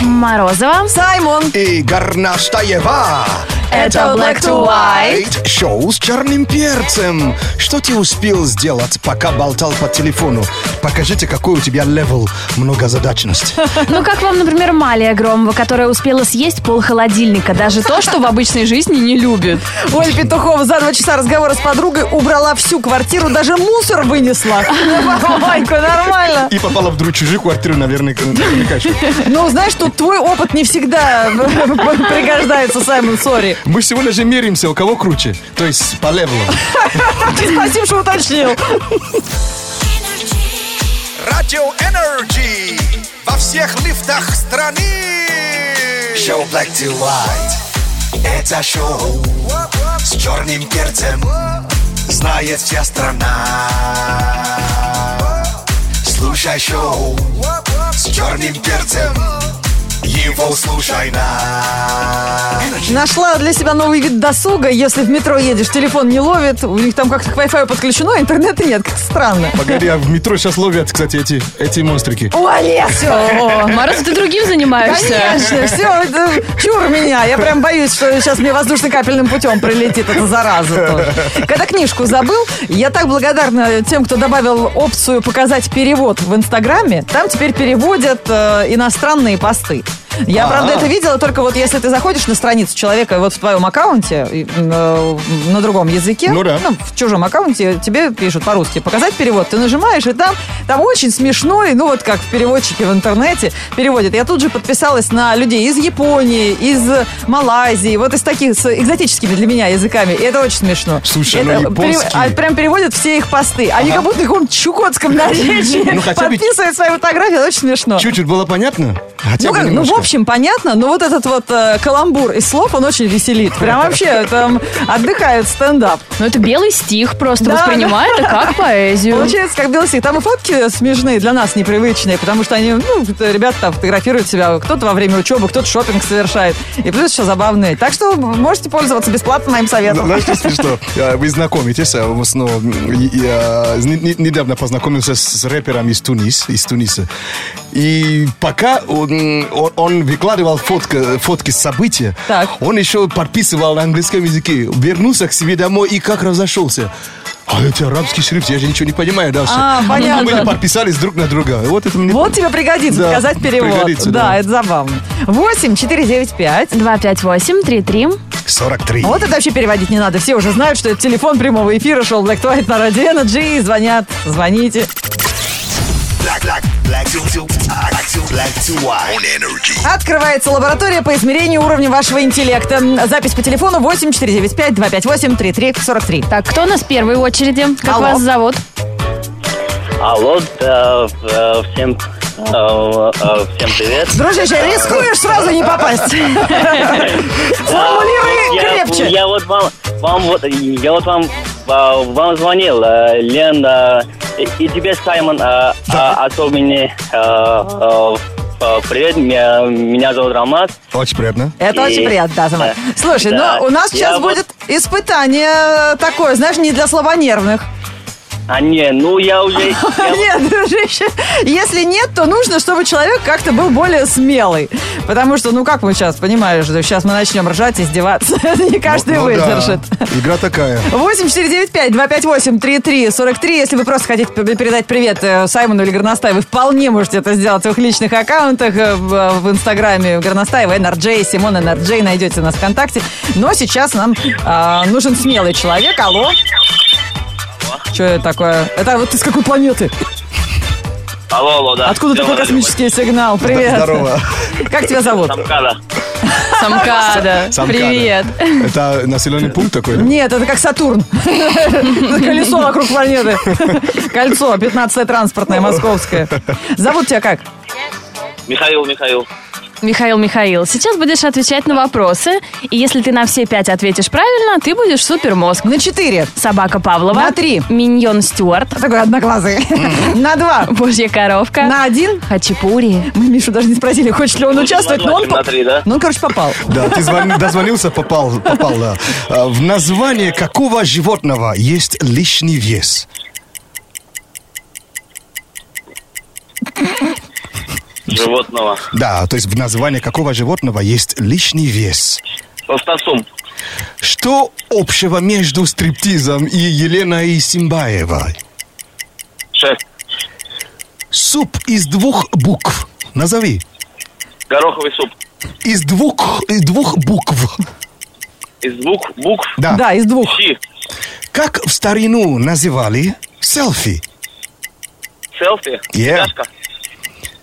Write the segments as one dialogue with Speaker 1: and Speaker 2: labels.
Speaker 1: Морозова.
Speaker 2: Саймон.
Speaker 3: И Гарнаштаева.
Speaker 1: Это Black to White.
Speaker 3: Шоу с черным перцем. Что ты успел сделать, пока болтал по телефону? Покажите, какой у тебя левел многозадачности.
Speaker 1: Ну, как вам, например, Малия Громова, которая успела съесть пол холодильника, даже то, что в обычной жизни не любит.
Speaker 2: Оль Петухова за два часа разговора с подругой убрала всю квартиру, даже мусор вынесла. Ванька, нормально.
Speaker 3: И попала в чужую квартиру, наверное, наверняка еще.
Speaker 2: Ну, знаешь, тут твой опыт не всегда пригождается, Саймон, сори.
Speaker 3: Мы сегодня же меряемся, у кого круче. То есть по левелу.
Speaker 2: Спасибо, что уточнил.
Speaker 4: Радио Energy во всех лифтах страны. Шоу Black to White. Это шоу с черным перцем. Знает вся страна. Слушай шоу с черным перцем. Его слушай на. Energy.
Speaker 2: Нашла для себя новый вид досуга. Если в метро едешь, телефон не ловит, у них там как-то к Wi-Fi подключено, а интернета нет. Как странно.
Speaker 3: Погоди, а в метро сейчас ловят, кстати, эти, эти монстрики.
Speaker 2: О, Олег!
Speaker 1: О, Мороз, ты другим занимаешься.
Speaker 2: Конечно, все, чур меня. Я прям боюсь, что сейчас мне воздушно-капельным путем прилетит эта зараза тоже. Когда книжку забыл, я так благодарна тем, кто добавил опцию «Показать перевод» в Инстаграме. Там теперь переводят э, иностранные посты. Я, правда, это видела, только вот если ты заходишь на страницу человека вот в твоем аккаунте, и, э, на другом языке,
Speaker 3: Ну да.
Speaker 2: в чужом аккаунте, тебе пишут по-русски «показать перевод». Ты нажимаешь, и там, там очень смешной, ну вот как в переводчике в интернете переводят. Я тут же подписалась на людей из Японии, из Малайзии, вот из таких с экзотическими для меня языками. И это очень смешно.
Speaker 3: Слушай,
Speaker 2: Это
Speaker 3: ну,
Speaker 2: пере-
Speaker 3: японский.
Speaker 2: а, прям переводят все их посты. Они как будто в каком-то чукотском наречии
Speaker 3: Ну, хотя бы-
Speaker 2: подписывают свои фотографии. Это очень смешно.
Speaker 3: Чуть-чуть было понятно? Хотя
Speaker 2: Ну,
Speaker 3: бы
Speaker 2: как, ну, в
Speaker 3: немножко.
Speaker 2: общем, понятно, но вот этот вот э, каламбур из слов, он очень веселит. Прям вообще там отдыхает стендап.
Speaker 1: Ну, это белый стих просто.
Speaker 2: Да,
Speaker 1: Воспринимай это как поэзию.
Speaker 2: Получается, как белосы. Там и фотки смешные, для нас непривычные, потому что они, ну, это ребята там фотографируют себя. Кто-то во время учебы, кто-то шопинг совершает. И плюс еще забавные. Так что можете пользоваться бесплатно моим
Speaker 3: Ну,
Speaker 2: советом.
Speaker 3: Знаешь, что смешно? Э, Вы знакомитесь, э, в основном, и- и, э, не- не- недавно познакомился с с рэпером из, Тунис, из Туниса. И пока он, он- он выкладывал фотка- фотки с события,
Speaker 2: Так.
Speaker 3: он еще подписывал на английском языке. Вернулся к себе домой и как разошелся. А это арабский шрифт, я же ничего не понимаю дальше.
Speaker 2: А,
Speaker 3: Ну,
Speaker 2: понятно.
Speaker 3: Мы не подписались друг на друга. Вот это мне...
Speaker 2: Вот тебе пригодится
Speaker 3: Да,
Speaker 2: показать перевод.
Speaker 3: пригодится,
Speaker 2: да,
Speaker 3: да.
Speaker 2: это забавно. 8 495
Speaker 1: 258 33
Speaker 3: 43.
Speaker 2: Вот это вообще переводить не надо. Все уже знают, что это телефон прямого эфира шел Black to White на Радио Energy. Звонят, звоните.
Speaker 4: Black, black, black to, to, black to, black to white. On Energy.
Speaker 2: Открывается лаборатория по измерению уровня вашего интеллекта. Запись по телефону 8495-258-3343.
Speaker 1: Так, кто у нас в первой очереди? Как
Speaker 2: Алло.
Speaker 1: вас зовут?
Speaker 5: Алло, э, э, всем, э, э, всем привет.
Speaker 2: Дружище, рискуешь сразу не попасть. Формулируй
Speaker 5: Э, Я-
Speaker 2: крепче.
Speaker 5: Я вот вам, вам вот, я вот вам, а, вам звонил, э, Лен, э, и, и тебе, Саймон, э, а, особенный э, э, э, привет. Меня, меня зовут Ромас.
Speaker 3: Очень приятно.
Speaker 2: Это
Speaker 5: И-
Speaker 2: очень приятно, да, Самар.
Speaker 5: Да.
Speaker 2: Слушай,
Speaker 5: Да.
Speaker 2: ну у нас
Speaker 5: Я
Speaker 2: сейчас
Speaker 5: вот-
Speaker 2: будет испытание такое, знаешь, не для слабонервных.
Speaker 5: А не, ну я уже... я
Speaker 2: Нет, дружище, если нет, то нужно, чтобы человек как-то был более смелый. Потому что, ну как мы сейчас, понимаешь, сейчас мы начнем ржать, издеваться. Не каждый
Speaker 3: Ну да,
Speaker 2: выдержит.
Speaker 3: Игра такая.
Speaker 2: 8495-258-3343. Если вы просто хотите п- передать привет э, Саймону или Горностаеву, вы вполне можете это сделать в их личных аккаунтах э, в, э, в Инстаграме Горностаева, NRJ, Симон NRJ, найдете нас ВКонтакте. Но сейчас нам а, нужен смелый человек. Алло. Что это такое? Это вот ты с какой планеты?
Speaker 5: Алло, алло, да.
Speaker 2: Откуда такой
Speaker 5: Всем
Speaker 2: космический сигнал? Привет.
Speaker 3: Здорово.
Speaker 2: Как тебя зовут?
Speaker 5: Самкада.
Speaker 1: Самкада.
Speaker 3: Самкада.
Speaker 1: Привет.
Speaker 3: Это населенный пункт такой? да?
Speaker 2: Нет, это как Сатурн. Это Колесо вокруг планеты. Кольцо, 15-е транспортное, московское. Зовут тебя как?
Speaker 5: Михаил, Михаил.
Speaker 1: Михаил, Михаил, сейчас будешь отвечать на вопросы. И если ты на все пять ответишь правильно, ты будешь супермозг.
Speaker 2: На 4.
Speaker 1: Собака Павлова.
Speaker 2: На три.
Speaker 1: Миньон Стюарт.
Speaker 2: Такой одноглазый. На 2.
Speaker 1: Божья коровка.
Speaker 2: На 1.
Speaker 1: Хачапури.
Speaker 2: Мы Мишу даже не спросили, хочет ли он участвовать, но он...
Speaker 5: на
Speaker 2: по-
Speaker 5: три, да?
Speaker 2: Ну, он, короче, попал.
Speaker 3: Да, ты звон- дозвонился, попал, попал, да. А, В названии какого животного есть лишний вес?
Speaker 5: животного.
Speaker 3: Да, то есть в названии какого животного есть лишний вес?
Speaker 5: Толстосум.
Speaker 3: Что общего между стриптизом и Еленой Симбаевой?
Speaker 5: Шеф.
Speaker 3: Суп из двух букв. Назови.
Speaker 5: Гороховый суп.
Speaker 3: Из двух, из двух букв.
Speaker 5: Из двух букв.
Speaker 3: Да.
Speaker 2: Да, из двух.
Speaker 5: Щи.
Speaker 3: Как в старину называли селфи?
Speaker 5: Селфи.
Speaker 3: Yeah.
Speaker 5: Чашка.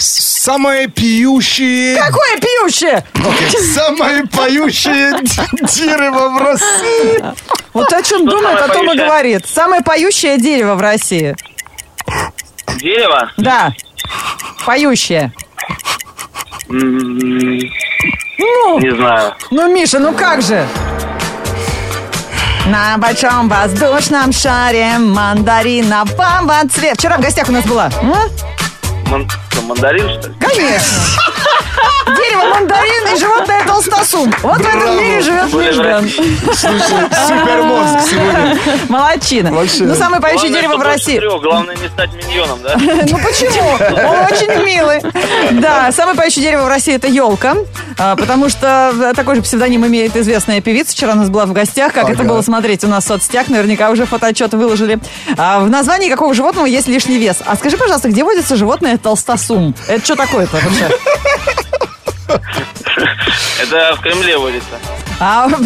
Speaker 3: Самые пьющие...
Speaker 2: Какое пьющее!
Speaker 3: Окей, Самое поющее дерево в России.
Speaker 2: Вот о чем думает, о том и
Speaker 5: поющее?
Speaker 2: говорит. Самое поющее дерево в России.
Speaker 5: Дерево.
Speaker 2: Да. Поющее.
Speaker 5: М,
Speaker 2: Ну,
Speaker 5: Не знаю.
Speaker 2: ну, Миша, ну как же? На большом воздушном шаре мандаринового цвет. Вчера в гостях у нас была. М?
Speaker 5: Ман- что, мандарин, что ли?
Speaker 2: Конечно. Дерево мандарин и животное толстосум. Вот в этом мире живет
Speaker 5: Блин,
Speaker 2: Мишган.
Speaker 3: Слушай,
Speaker 2: А.
Speaker 3: супермозг сегодня.
Speaker 2: Молодчина.
Speaker 3: Вообще.
Speaker 2: Ну, самое поющее
Speaker 5: Главное,
Speaker 2: дерево в
Speaker 5: чтобы
Speaker 2: России.
Speaker 5: трех. Главное не стать миньоном, да?
Speaker 2: Ну почему? Он очень милый. Да, самое поющее дерево в России это елка, а, потому что такой же псевдоним имеет известная певица. Вчера у нас была в гостях. Как это
Speaker 3: Ага.
Speaker 2: было смотреть у нас в соцсетях? Наверняка уже фотоотчеты выложили. А, В названии какого животного есть лишний вес? А скажи, пожалуйста, где водится животное толстосум? Это что такое-то вообще?
Speaker 5: Это в Кремле водится.
Speaker 2: А, ну,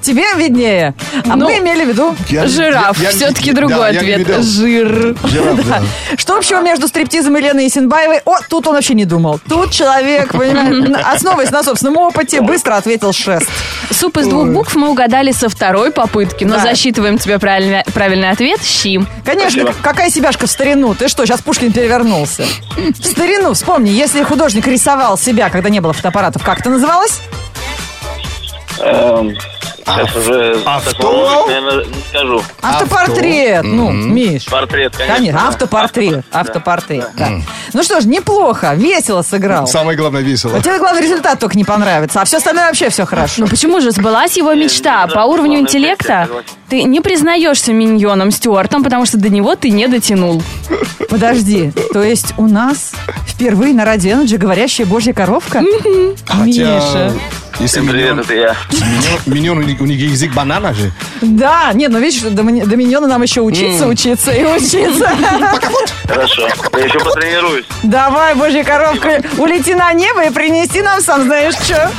Speaker 2: тебе виднее. А
Speaker 1: Ну,
Speaker 2: мы имели в виду
Speaker 3: Я-
Speaker 1: Жираф.
Speaker 3: я- я-
Speaker 1: Все-таки
Speaker 3: да,
Speaker 1: другой
Speaker 3: я не
Speaker 1: ответ.
Speaker 3: видел.
Speaker 1: Жир.
Speaker 3: Жираф, да.
Speaker 2: Что общего между стриптизом Елены Есенбаевой? О, тут он вообще не думал. Тут человек, понимаешь, на- основываясь на собственном опыте, быстро ответил шест.
Speaker 1: Суп из двух букв мы угадали со второй попытки, но
Speaker 2: Да.
Speaker 1: засчитываем тебе правильный, правильный ответ. Щи.
Speaker 2: Конечно,
Speaker 5: Спасибо.
Speaker 2: к- какая себяшка в старину? Ты что, сейчас Пушкин перевернулся? В старину, вспомни, если художник рисовал себя, когда не было фотоаппаратов, как это называлось?
Speaker 5: Эм, Сейчас уже
Speaker 3: а
Speaker 5: так
Speaker 3: что?
Speaker 5: волнуюсь, наверное, не скажу.
Speaker 2: Автопортрет. Ну, Миш.
Speaker 5: Портрет, конечно.
Speaker 2: Конечно,
Speaker 5: да.
Speaker 2: автопортрет.
Speaker 5: Да.
Speaker 2: Автопортрет, да. Ну что ж, неплохо, весело сыграл.
Speaker 3: Самое главное
Speaker 2: А
Speaker 3: весело.
Speaker 2: тебе главный результат только не понравится, а все остальное вообще все хорошо.
Speaker 1: Ну почему же сбылась его мечта?
Speaker 5: да,
Speaker 1: По уровню
Speaker 5: главное,
Speaker 1: интеллекта
Speaker 5: согласен.
Speaker 1: ты не признаешься миньоном Стюартом, потому что до него ты не дотянул.
Speaker 2: Подожди, то есть у нас впервые на радио Energy говорящая божья коровка? Миша.
Speaker 3: Если
Speaker 5: Всем привет,
Speaker 3: миньон,
Speaker 5: это я.
Speaker 3: миньон, у них- у них язык банана же.
Speaker 2: Да, нет, ну видишь, до, мини- до миньона нам еще учиться, учиться и учиться.
Speaker 5: Хорошо. Я еще потренируюсь.
Speaker 2: Давай, божья коровка, улети на небо и принеси нам сам знаешь что.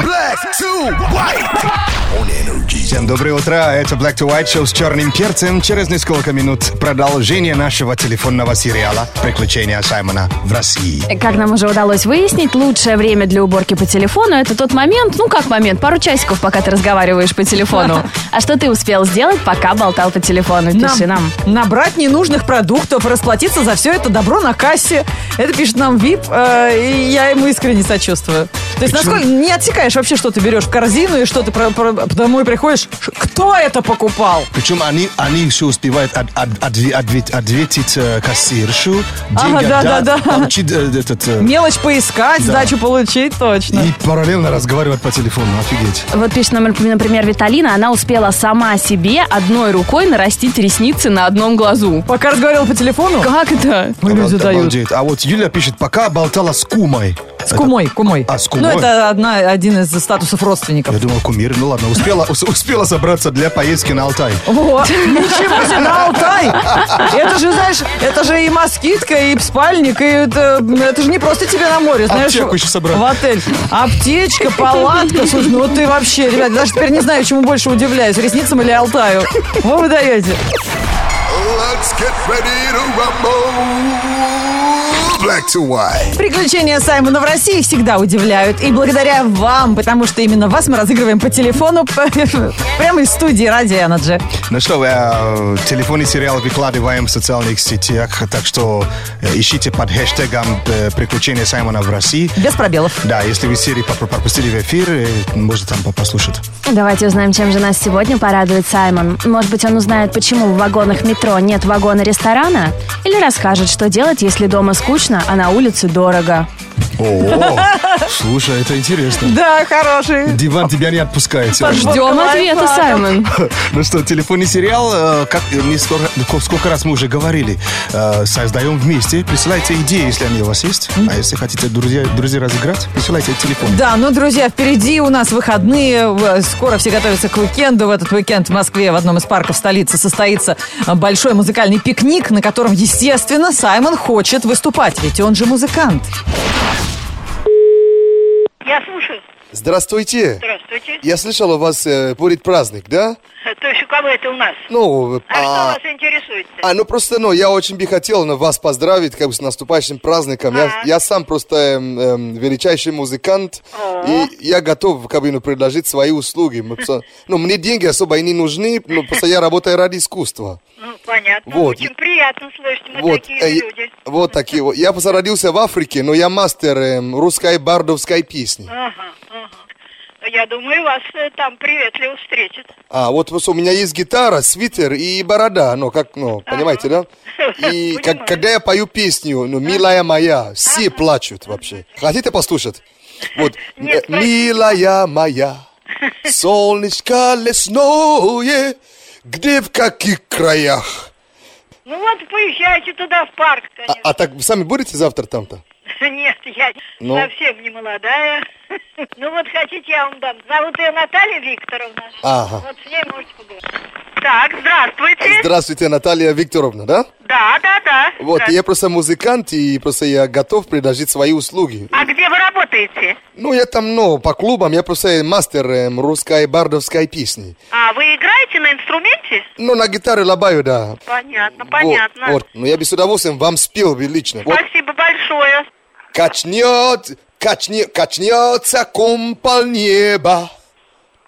Speaker 4: Black to white on energy.
Speaker 3: Всем доброе утро, это Black to White Show с черным перцем. Через несколько минут продолжение нашего телефонного сериала «Приключения Саймона в России».
Speaker 1: Как нам уже удалось выяснить, лучшее время для уборки по телефону это тот момент, ну как момент, пару часиков, пока ты разговариваешь по телефону. А что ты успел сделать, пока болтал по телефону? Пиши нам.
Speaker 2: Набрать ненужных продуктов, расплатиться за все это добро на кассе. Это пишет нам ВИП, э, и я ему искренне сочувствую. То есть насколько не отсекаешь вообще, что ты берешь в корзину и что ты про- про- домой приходишь, ш- кто это покупал?
Speaker 3: Причем они, они еще успевают от- от- отве- отве- ответить э, кассиршу,
Speaker 2: Ага,
Speaker 3: деньги
Speaker 2: да,
Speaker 3: отдать,
Speaker 2: да, да.
Speaker 3: получить э, этот... э,
Speaker 2: Мелочь поискать,
Speaker 3: Да.
Speaker 2: сдачу получить, точно.
Speaker 3: и параллельно разговаривать по телефону, офигеть.
Speaker 1: Вот пишет нам, например, Виталина, она успела сама себе одной рукой нарастить ресницы на одном глазу.
Speaker 2: Пока разговаривал по телефону,
Speaker 1: Как это?
Speaker 2: мы Ну, люди
Speaker 3: Обал-
Speaker 2: дают.
Speaker 3: обалдеть. А вот Юля пишет, пока болтала с кумой.
Speaker 2: С кумой, кумой.
Speaker 3: А, с кумой?
Speaker 2: Ну, это одна, один из статусов родственников.
Speaker 3: Я думал, кумир, ну ладно, успела, ус- успела собраться для поездки на Алтай.
Speaker 2: Вот, ничего себе, на Алтай! Это же, знаешь, это же и москитка, и спальник, и это, это же не просто тебе на море, знаешь,
Speaker 3: Аптеку еще собрал.
Speaker 2: в отель. Аптечка, палатка, слушай, ну вот ты вообще, ребят, я даже теперь не знаю, чему больше удивляюсь, ресницам или Алтаю. Во вы даете.
Speaker 4: Let's get ready to rumble. Black to white.
Speaker 2: Приключения Саймона в России всегда удивляют. И благодаря вам, потому что именно вас мы разыгрываем по телефону прямо из студии Радио Energy.
Speaker 3: Ну что, вы, э, телефонный сериал выкладываем в социальных сетях, так что э, ищите под хэштегом э, «Приключения Саймона в России».
Speaker 2: Без пробелов.
Speaker 3: Да, если вы серии пропу- пропустили в эфир, э, можно там по- послушать.
Speaker 1: Давайте узнаем, чем же нас сегодня порадует Саймон. Может быть, он узнает, почему в вагонах метро нет вагона ресторана? Или расскажет, что делать, если дома скучно, а на улице дорого.
Speaker 6: О, слушай, это интересно.
Speaker 2: Да, хороший.
Speaker 6: Диван тебя не отпускает. сегодня.
Speaker 2: Пожалуйста.
Speaker 1: Ждем
Speaker 2: Бакалай
Speaker 1: ответа,
Speaker 2: плакал.
Speaker 1: Саймон.
Speaker 6: Ну что, телефонный сериал, э, как э, не скоро- ко- сколько раз мы уже говорили, э, создаем вместе. Присылайте идеи, если они у вас есть. А если хотите друзья, друзей разыграть, присылайте телефон.
Speaker 2: Да, ну, друзья, впереди у нас выходные. В- Скоро все готовятся к уикенду. В этот уикенд в Москве в одном из парков столицы состоится а, большой музыкальный пикник, на котором, естественно, Саймон хочет выступать, ведь он же музыкант.
Speaker 7: Я слушаю.
Speaker 3: Здравствуйте.
Speaker 7: Здравствуйте. А
Speaker 3: Я слышал, у вас э, будет праздник, да?
Speaker 7: То есть у кого это у нас?
Speaker 3: Ну,
Speaker 7: А, что
Speaker 3: а,
Speaker 7: вас интересует?
Speaker 3: а, ну просто, ну, я очень бы хотел ну, вас поздравить как бы с наступающим праздником. Я,
Speaker 7: Ага.
Speaker 3: я сам просто эм, эм, величайший музыкант,
Speaker 7: О.
Speaker 3: и я готов как бы, ну, предложить свои услуги. Мы просто- ну, мне деньги особо и не нужны, но просто я работаю ради искусства.
Speaker 7: Ну, понятно.
Speaker 3: Вот.
Speaker 7: Очень приятно слышать. Мы
Speaker 3: Вот,
Speaker 7: А такие
Speaker 3: э, я-
Speaker 7: люди.
Speaker 3: вот такие вот. Я просто родился в Африке, но я мастер эм, русской бардовской песни.
Speaker 7: Ага, ага. Я думаю, вас э, там приветливо встретят.
Speaker 3: А, вот просто у меня есть гитара, свитер и борода, ну, как, ну, понимаете, да? И как-
Speaker 7: Понимаю.
Speaker 3: когда я пою песню, ну, «Милая моя», все плачут вообще. Хотите послушать? Вот,
Speaker 7: Нет,
Speaker 3: э, «Милая моя, солнышко лесное, где в каких краях?»
Speaker 7: Ну вот, поезжайте туда, в парк,
Speaker 3: А,
Speaker 7: конечно.
Speaker 3: а так вы сами будете завтра там-то?
Speaker 7: Нет, я
Speaker 3: Ну.
Speaker 7: совсем не молодая. Ну вот хотите, я вам дам. Зовут ее Наталья Викторовна.
Speaker 3: Ага.
Speaker 7: Вот с ней можете поговорить. Так, здравствуйте.
Speaker 3: Здравствуйте, Наталья Викторовна, да?
Speaker 7: Да, да, да.
Speaker 3: Вот,
Speaker 7: Здравствуйте.
Speaker 3: я просто музыкант, и просто я готов предложить свои услуги.
Speaker 7: А где вы работаете?
Speaker 3: Ну, я там, ну, по клубам, я просто мастер эм, русской бардовской песни.
Speaker 7: А вы играете на инструменте?
Speaker 3: Ну, на гитаре лобаю, да.
Speaker 7: Понятно,
Speaker 3: Вот,
Speaker 7: понятно.
Speaker 3: Вот, Ну, я бы с удовольствием вам спел бы лично. Вот,
Speaker 7: Спасибо большое.
Speaker 3: качнет, качне, качнется кумпол неба,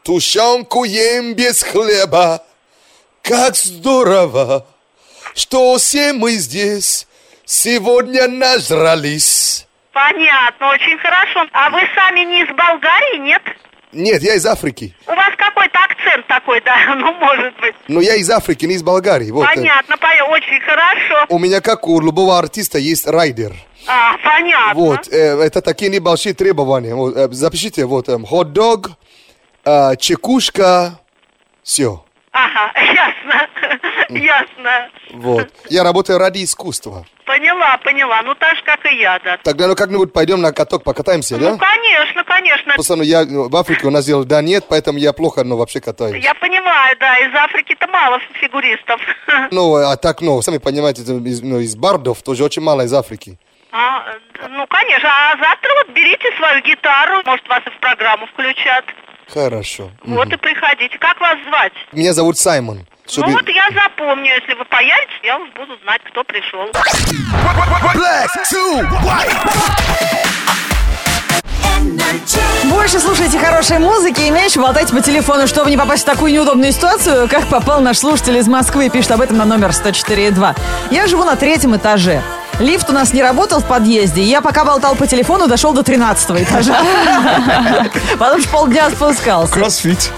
Speaker 3: Тушенку ем без хлеба. Как здорово, что все мы здесь сегодня нажрались.
Speaker 7: Понятно, очень хорошо. А вы сами не из Болгарии, нет?
Speaker 3: Нет, я из Африки.
Speaker 7: У вас какой-то акцент такой, да, ну, может быть.
Speaker 3: Но я из Африки, не из Болгарии. Вот, э,
Speaker 7: Понятно, поня- очень хорошо.
Speaker 3: У меня, как у любого артиста, есть райдер.
Speaker 7: А, понятно.
Speaker 3: Вот, э, это такие небольшие требования. Вот, э, запишите, вот, эм, хот-дог, э, чекушка, все.
Speaker 7: Ага, ясно, ясно.
Speaker 3: Вот. Я работаю ради искусства.
Speaker 7: Поняла, поняла. Ну, так же, как и я, да.
Speaker 3: Тогда ну как-нибудь пойдем на каток покатаемся,
Speaker 7: Ну,
Speaker 3: да?
Speaker 7: конечно, конечно.
Speaker 3: Просто ну, я ну, в Африке у нас дел да нет, поэтому я плохо, ну, вообще катаюсь.
Speaker 7: Я понимаю, да, из Африки-то мало фигуристов.
Speaker 3: Ну, а так, ну, сами понимаете, там из, ну, из бардов тоже очень мало из Африки.
Speaker 7: А, ну, конечно. А завтра вот берите свою гитару, может, вас и в программу включат.
Speaker 3: Хорошо.
Speaker 7: Вот и приходите. Как вас звать?
Speaker 3: Меня зовут Саймон. Чтобы-
Speaker 7: Ну вот я запомню, если вы появитесь, я уж буду знать, кто пришел.
Speaker 2: Больше слушайте хорошей музыки и меньше болтайте по телефону, чтобы не попасть в такую неудобную ситуацию, как попал наш слушатель из Москвы и пишет об этом на номер 104.2. Я живу на третьем этаже. Лифт у нас не работал в подъезде, и я пока болтал по телефону, дошел до 13 этажа. Потом ж полдня спускался.
Speaker 6: Кроссфит.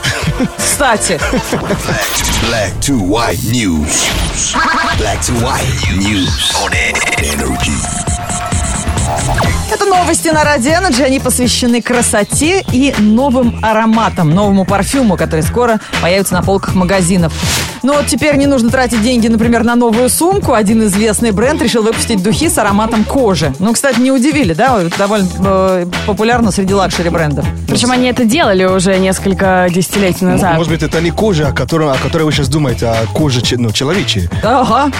Speaker 2: Кстати,
Speaker 4: Black to white news. Black to white news on energy.
Speaker 2: это новости на Радио Energy. Они посвящены красоте и новым ароматам, новому парфюму, который скоро появится на полках магазинов. Но вот теперь не нужно тратить деньги, например, на новую сумку. Один известный бренд решил выпустить духи с ароматом кожи. Ну, кстати, не удивили, да? Это Довольно э, популярно среди лакшери брендов.
Speaker 1: Причем они это делали уже несколько десятилетий назад.
Speaker 6: Может быть, это не кожа, о которой, о которой вы сейчас думаете, а кожа че- ну, человечья.
Speaker 2: Ага.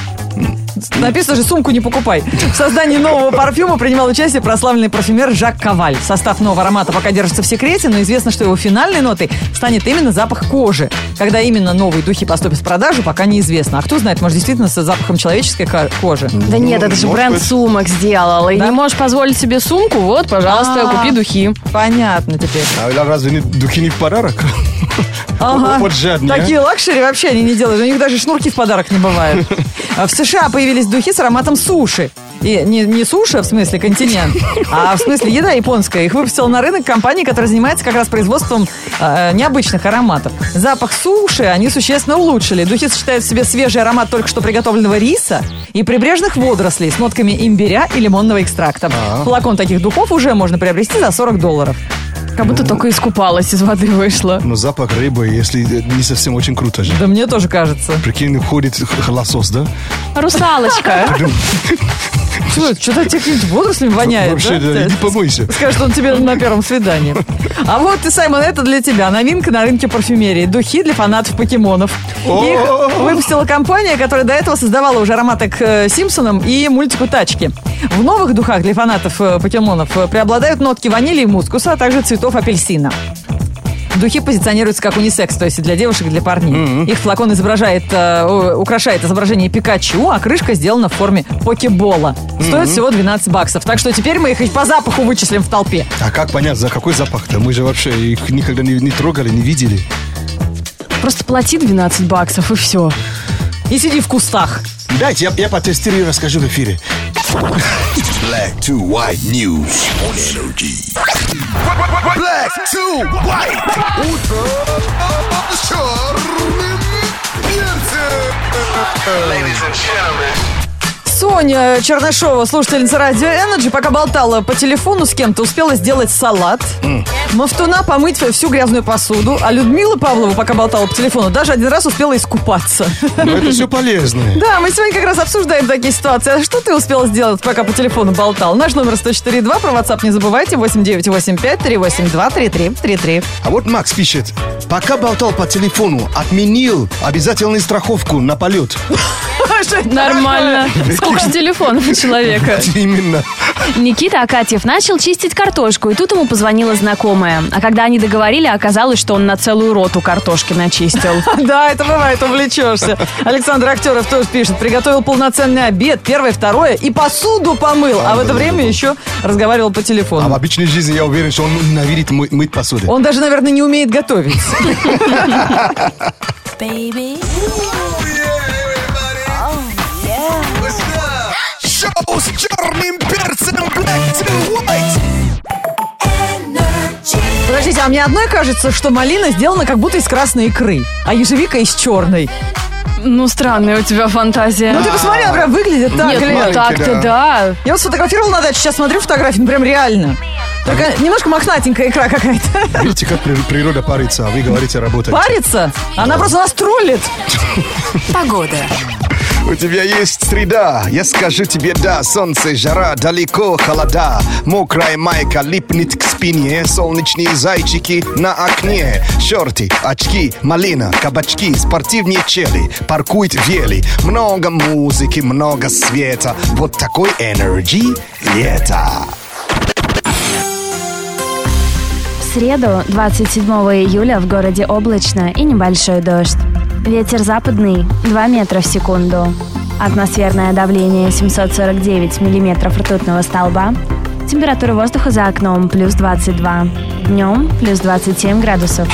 Speaker 2: Написано же «сумку не покупай». В создании нового парфюма принимал участие прославленный парфюмер Жак Коваль. Состав нового аромата пока держится в секрете, но известно, что его финальной нотой станет именно запах кожи. Когда именно новые духи поступят в продажу, пока неизвестно. А кто знает, может, действительно с запахом человеческой ко- кожи.
Speaker 1: Да нет, это же
Speaker 6: может
Speaker 1: бренд
Speaker 6: быть.
Speaker 1: сумок сделал. И
Speaker 2: Да?
Speaker 1: не можешь позволить себе сумку, вот, пожалуйста,
Speaker 2: А.
Speaker 1: купи духи.
Speaker 2: Понятно теперь.
Speaker 6: А разве не, духи не в подарок?
Speaker 2: Ага.
Speaker 6: Вот жадные, а.
Speaker 2: Такие лакшери вообще они не делают. У них даже шнурки в подарок не бывают. А В США появились духи с ароматом суши. И не, не суши, в смысле континент, а в смысле еда японская. Их выпустила на рынок компания, которая занимается как раз производством э, необычных ароматов. Запах суши они существенно улучшили. Духи сочетают в себе свежий аромат только что приготовленного риса и прибрежных водорослей с нотками имбиря и лимонного экстракта.
Speaker 6: А.
Speaker 2: Флакон таких духов уже можно приобрести за 40 долларов.
Speaker 1: Как будто только искупалась, из воды вышла.
Speaker 3: Но запах рыбы, если э, не совсем очень круто же.
Speaker 2: Да мне тоже кажется.
Speaker 3: Прикинь, ходит х- лосос, да?
Speaker 1: Русалочка.
Speaker 2: Что, что-то какими-то водорослями воняет,
Speaker 3: Вообще,
Speaker 2: Э, да?
Speaker 3: да, иди помойся.
Speaker 2: Скажет он тебе на первом свидании. А вот, и, Саймон, это для тебя. Новинка на рынке парфюмерии. Духи для фанатов покемонов. Их выпустила компания, которая до этого создавала уже ароматы к э, Симпсонам и мультику «Тачки». В новых духах для фанатов э, покемонов э, преобладают нотки ванили и мускуса, а также цветов апельсина. Духи позиционируются как унисекс, то есть и для девушек, и для парней. Их флакон изображает, э, у- украшает изображение Пикачу, а крышка сделана в форме покебола. Стоит всего 12 баксов. Так что теперь мы их и по запаху вычислим в толпе.
Speaker 3: А как понять, за какой запах-то? Мы же вообще их никогда не, не трогали, не видели.
Speaker 1: Просто плати 12 баксов и все.
Speaker 2: И сиди в кустах.
Speaker 3: Дайте, я, я потестирую и расскажу в эфире.
Speaker 4: Black to white news on energy. Black to white. Утро с черным перцем. Ladies and gentlemen.
Speaker 2: Соня Чернышова, слушательница радио Energy, пока болтала по телефону с кем-то, успела сделать салат. Мафтуна помыть всю грязную посуду. А Людмила Павлова, пока болтала по телефону, даже один раз успела искупаться.
Speaker 3: Но это все полезно.
Speaker 2: Да, мы сегодня как раз обсуждаем такие ситуации. А что ты успела сделать, пока по телефону болтал? Наш номер 104.2, про WhatsApp не забывайте, 8985-382-3333.
Speaker 3: А вот Макс пишет. Пока болтал по телефону, отменил обязательную страховку на полет.
Speaker 1: Нормально. Сколько же телефонов у человека?
Speaker 3: Именно.
Speaker 1: Никита Акатьев начал чистить картошку, и тут ему позвонила знакомая. А когда они договорили, оказалось, что он на целую роту картошки начистил.
Speaker 2: Да, это бывает, увлечешься. Александр Актеров тоже пишет. Приготовил полноценный обед, первое, второе, и посуду помыл. А в это время еще разговаривал по
Speaker 3: А в
Speaker 2: телефону.
Speaker 3: обычной жизни я уверен, что он ненавидит мы- мыть посуду.
Speaker 2: Он даже, наверное, не умеет готовить.
Speaker 4: Шоу с черным перцем Black to White.
Speaker 2: Подождите, а мне одной кажется, что малина сделана как будто из красной икры, а ежевика из черной.
Speaker 1: Ну, странная у тебя фантазия.
Speaker 2: Ну ты посмотри, она прям выглядит так.
Speaker 1: Нет,
Speaker 2: или-
Speaker 1: ну так-то да.
Speaker 2: Я вот сфотографировала на даче, сейчас смотрю фотографии, ну прям реально. Только немножко мохнатенькая икра какая-то.
Speaker 3: Видите, как при- природа парится, а вы говорите работать.
Speaker 2: Парится? Она просто нас троллит.
Speaker 3: У тебя есть среда, я скажу тебе да Солнце, жара, далеко холода Мокрая майка липнет к спине Солнечные зайчики на окне Шорты, очки, малина, кабачки Спортивные чели, паркует вели Много музыки, много света Вот такой энергии лето
Speaker 8: В среду, 27 июля, в городе облачно и небольшой дождь. Ветер западный 2 метра в секунду. Атмосферное давление 749 миллиметров ртутного столба. Температура воздуха за окном плюс 22. Днем плюс 27 градусов.